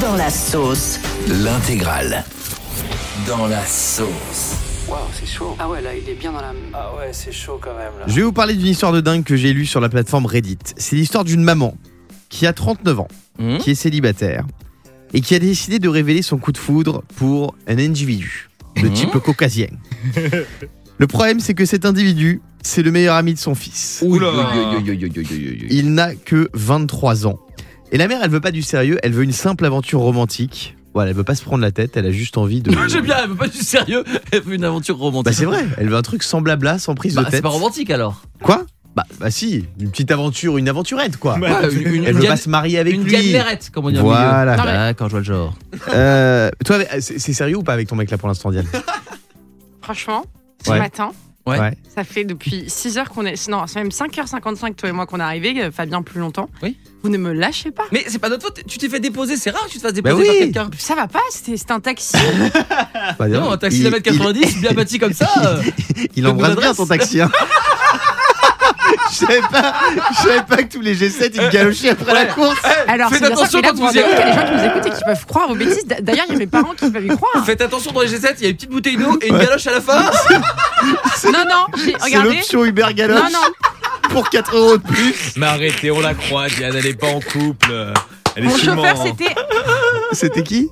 Dans la sauce. L'intégrale. Dans la sauce. Waouh, c'est chaud. Ah ouais, là, il est bien dans la. Ah ouais, c'est chaud quand même. Là. Je vais vous parler d'une histoire de dingue que j'ai lue sur la plateforme Reddit. C'est l'histoire d'une maman qui a 39 ans, Mhm. qui est célibataire et qui a décidé de révéler son coup de foudre pour un individu de Mhm. type caucasien. le problème, c'est que cet individu, c'est le meilleur ami de son fils. Oula. Il n'a que 23 ans. Et la mère, elle veut pas du sérieux, elle veut une simple aventure romantique. Voilà, elle veut pas se prendre la tête, elle a juste envie de. J'aime bien, elle veut pas du sérieux, elle veut une aventure romantique. Bah c'est vrai, elle veut un truc semblable à, sans prise Bah, de c'est tête. pas romantique alors. Quoi bah, bah si, une petite aventure, une aventurette quoi. Ouais, une une, Elle une veut pas gale- se marier avec une lui. galérette, comme on dit au Voilà. milieu. Ah ouais. D'accord, je vois le genre. Euh, toi, mais, euh, c'est c'est sérieux ou pas avec ton mec là pour l'instant, Diane Franchement, ce Ouais. matin, Ouais. ça fait depuis 6 heures qu'on est. Non, c'est même 5h55, toi et moi, qu'on est arrivés. euh, Fabien, plus longtemps. Oui. Vous ne me lâchez pas. Mais c'est pas notre faute, tu t'es fait déposer, c'est rare que tu te fasses Bah déposer oui. par quelqu'un. Ça va pas, c'était c'était un taxi. Bah, Non, un taxi il- d'un mètre 90, bien bâti comme ça. euh, Il, il embrasse Donne-nous bien ton l'adresse. taxi. Hein. je savais pas, je savais pas que tous les G7 ils galochaient après la course. Alors, Faites c'est bien attention ça, mais là, quand vous vous vous y rendez compte qu'il y a des allez. gens qui nous écoutent et qui peuvent croire aux bêtises. D'a- D'ailleurs, il y a mes parents qui peuvent y croire. Faites attention dans les G7, il y a une petite bouteille d'eau et une galoche à la fin. Non, non, j'ai- C'est regardez. l'option Uber Galoche Non, non, pour 4 euros de plus. Mais arrêtez, on la croit, Diane, elle est pas en couple. Elle est mon sûrement- chauffeur, c'était. C'était qui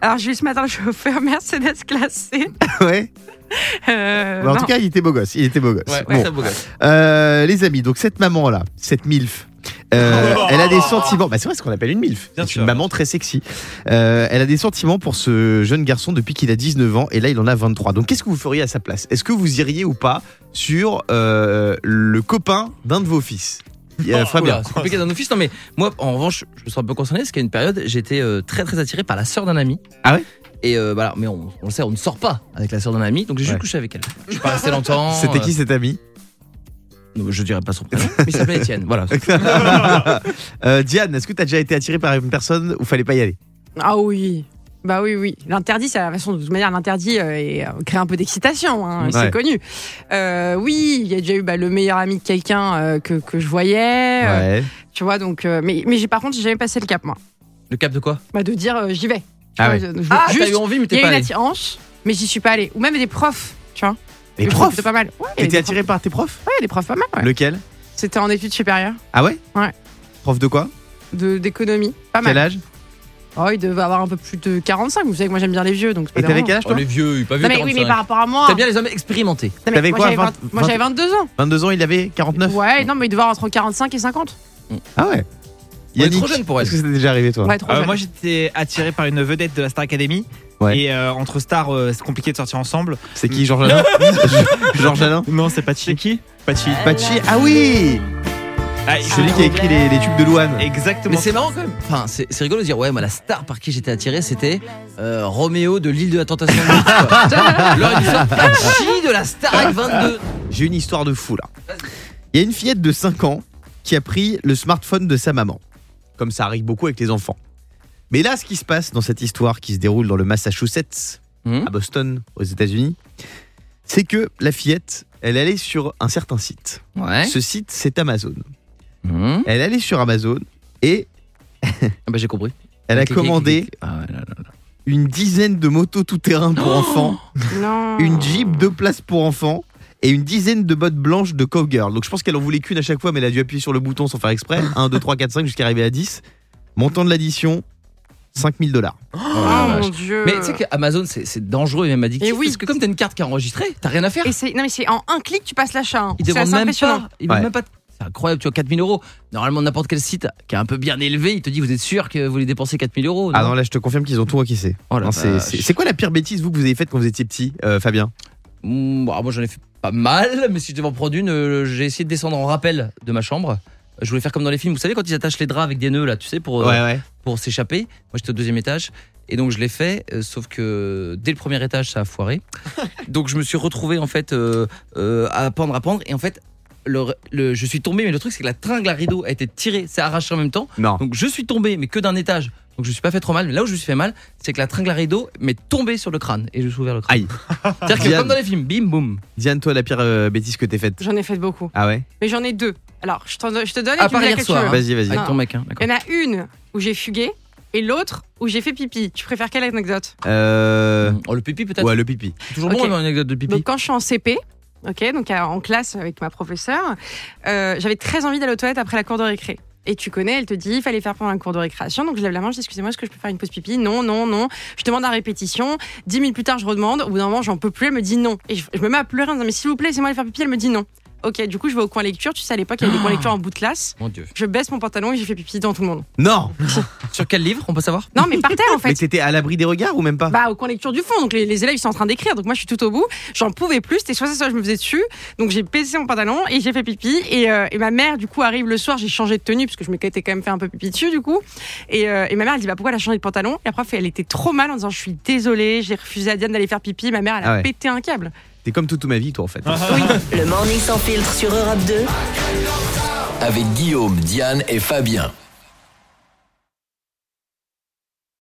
Alors, j'ai eu ce matin le chauffeur Mercedes classé. Ouais. Euh, Bah, en non. tout cas, il était beau gosse. Il était beau gosse. Bon. ça, beau gosse. Euh, les amis, donc cette maman là, cette milf. euh, Oh elle a des sentiments. Bah, c'est vrai ce qu'on appelle une milf. Bien C'est sûr. une maman très sexy. Euh, elle a des sentiments pour ce jeune garçon depuis qu'il a 19 ans et là il en a 23. Donc qu'est-ce que vous feriez à sa place Est-ce que vous iriez ou pas sur euh, le copain d'un de vos fils Oh, Euh, Fabien. Oula, C'est compliqué dans nos fils. Non, mais moi, en revanche, je me sens un peu concerné parce qu'à une période, j'étais euh, très très attiré par la sœur d'un ami. Ah ouais Et euh, voilà, mais on, on le sait, on ne sort pas avec la sœur d'un ami, donc j'ai Ouais. juste couché avec elle. Je suis pas resté longtemps. C'était qui cet ami euh, non, Je dirais pas son prénom, mais il s'appelait Étienne. Voilà. Euh, Diane, est-ce que t'as déjà été attiré par une personne où fallait pas y aller Ah oui. Bah oui, oui. L'interdit, c'est la façon, de toute manière, l'interdit euh, est- euh, crée un peu d'excitation, hein, Ouais. c'est connu. Euh, oui, il y a déjà eu bah, le meilleur ami de quelqu'un euh, que, que je voyais, euh, Ouais. tu vois, donc. euh, mais mais j'ai, par contre, j'ai jamais passé le cap, moi. Le cap de quoi Bah, de dire euh, j'y vais. Tu Ah vois, ouais. je- je- Ah, t'as juste, eu envie, mais il t'es y pas a une allé. attirance, mais j'y suis pas allée. Ou même des profs, tu vois. Les Que je trouve profs plutôt pas mal. Ouais, il y avait T'étais des attiré par tes profs profs- Ouais, il y a des profs pas mal, ouais. Lequel C'était en études supérieures, Ah ouais Ouais. Prof de quoi de, d'économie, pas Quel mal. âge Oh, il devait avoir un peu plus de 45, vous savez que moi j'aime bien les vieux, donc c'est pas Et t'avais dérangeant. quel âge Oh, toi les vieux, pas vu Non, mais oui, mais par rapport à moi. T'aimes bien les hommes expérimentés. Non, mais T'avais moi, quoi, j'avais 20 vingt- Moi j'avais 22 ans. 22 ans, il avait 49 Ouais, non, mais il devait avoir entre 45 et 50. Ah ouais est trop jeune pour elle. Est-ce que c'était déjà arrivé toi Ouais, trop Euh, jeune. moi j'étais attiré par une vedette de la Star Academy Ouais. et euh, entre stars euh, c'est compliqué de sortir ensemble. C'est qui Georges Alain Georges Alain Non c'est Pachi. C'est qui Pachi. Pachi Ah oui Ah, il- Celui qui a écrit les, les tubes de Louane. Exactement. Mais c'est marrant quand même. Enfin, c'est c'est rigolo de dire ouais, moi la star par qui j'étais attiré, c'était euh, Roméo de l'île de la tentation. L'heure du sort, Pachi de la Starac 22. J'ai une histoire de fou là. Il y a une fillette de 5 ans qui a pris le smartphone de sa maman. Comme ça arrive beaucoup avec les enfants. Mais là, ce qui se passe dans cette histoire qui se déroule dans le Massachusetts, Hmm. à Boston, aux États-Unis, c'est que la fillette, elle allait sur un certain site. Ouais. Ce site, c'est Amazon. Hmm. Elle allait sur Amazon et Ah bah j'ai compris. elle a Cliquez, commandé cliquez. Ah ouais, là, là. une dizaine de motos tout-terrain pour enfants, Non. Oh, une Jeep deux places pour enfants et une dizaine de bottes blanches de cowgirl. Donc je pense qu'elle en voulait qu'une à chaque fois, mais elle a dû appuyer sur le bouton sans faire exprès. 1, 2, 3, 4, 5 jusqu'à arriver à 10. Montant de l'addition, 5000 dollars. Oh Oh la vache. mon dieu. Mais tu sais qu'Amazon c'est c'est dangereux et même addictif Et oui. parce que comme t'as une carte qui est enregistrée, t'as rien à faire. Et c'est- Non, mais c'est en un clic, tu passes l'achat. hein. Ils C'est demandent assez même impressionnant. pas. Ils demandent Ouais. même pas. de- C'est incroyable, tu vois, 4000 euros. Normalement, n'importe quel site qui est un peu bien élevé, il te dit Vous êtes sûr que vous voulez dépenser 4000 euros Ah Oh non non, là je te confirme qu'ils ont tout encaissé. Oh la Non, c'est- vache. C'est c'est quoi la pire bêtise vous que vous avez faite quand vous étiez petit, euh, Fabien Mm, bah, moi j'en ai fait pas mal, mais si je devais en prendre une, euh, j'ai essayé de descendre en rappel de ma chambre. Je voulais faire comme dans les films, vous savez quand ils attachent les draps avec des nœuds là, tu sais, pour, euh, ouais. pour s'échapper. Moi j'étais au deuxième étage et donc je l'ai fait, euh, sauf que dès le premier étage ça a foiré. donc je me suis retrouvé en fait euh, euh, à pendre, à pendre et en fait le- le- je suis tombé, mais le truc c'est que la tringle à rideau a été tirée, s'est arrachée en même temps. Non. Donc je suis tombé, mais que d'un étage. Donc je me suis pas fait trop mal, mais là où je me suis fait mal, c'est que la tringle à rideau m'est tombée sur le crâne et je me suis ouvert le crâne. Aïe. C'est-à-dire que Diane. comme dans les films, bim boum. Diane, toi la pire euh, bêtise que t'es faite J'en ai fait beaucoup. Ah ouais Mais j'en ai deux. Alors, je, t'en do- je te donne et À tu part me dis hier laquelle soir, tu veux. hein. Vas-y, vas-y. Avec ton mec, hein, Il d'accord. y en a une où j'ai fugué et l'autre où j'ai fait pipi. Tu préfères quelle anecdote Euh, Oh, le pipi peut-être Ouais, le pipi. Toujours Ok. bon dans anecdote de pipi. Donc quand je suis en CP, ok, donc à- en classe avec ma professeure, euh, j'avais très envie d'aller aux toilettes après la cour de récré. Et tu connais, elle te dit, il fallait faire pendant la cour de récréation. Donc je lève la main, je dis, excusez-moi, est-ce que je peux faire une pause pipi Non, non, non. Je demande à répétition. Dix minutes plus tard, je redemande. Au bout d'un moment, j'en peux plus, elle me dit non. Et je, je me mets à pleurer en disant, mais s'il vous plaît, laissez-moi aller faire pipi. Elle me dit non. Ok, du coup, je vais au coin lecture. Tu sais, à l'époque, il y avait des coins lecture en bout de classe. Mon dieu. Je baisse mon pantalon et j'ai fait pipi dans tout le monde. Non Sur quel livre On peut savoir Non, mais par terre, en Mais fait. t'étais à l'abri des regards ou même pas Bah, au coin lecture du fond, donc les, les élèves ils sont en train d'écrire, donc moi je suis tout au bout, j'en pouvais plus, c'était soit ça, soit je me faisais dessus, donc j'ai baissé mon pantalon et j'ai fait pipi, et, euh, et ma mère du coup arrive le soir, j'ai changé de tenue, parce que je m'étais quand même fait un peu pipi dessus du coup, et, euh, et ma mère elle dit bah pourquoi elle a changé de pantalon, et la prof elle était trop mal en disant je suis désolée, j'ai refusé à Diane d'aller faire pipi, ma mère elle a Ah ouais. pété un câble. T'es comme toute ma vie, toi, en fait. Le morning sans filtre sur Europe 2. Avec Guillaume, Diane et Fabien.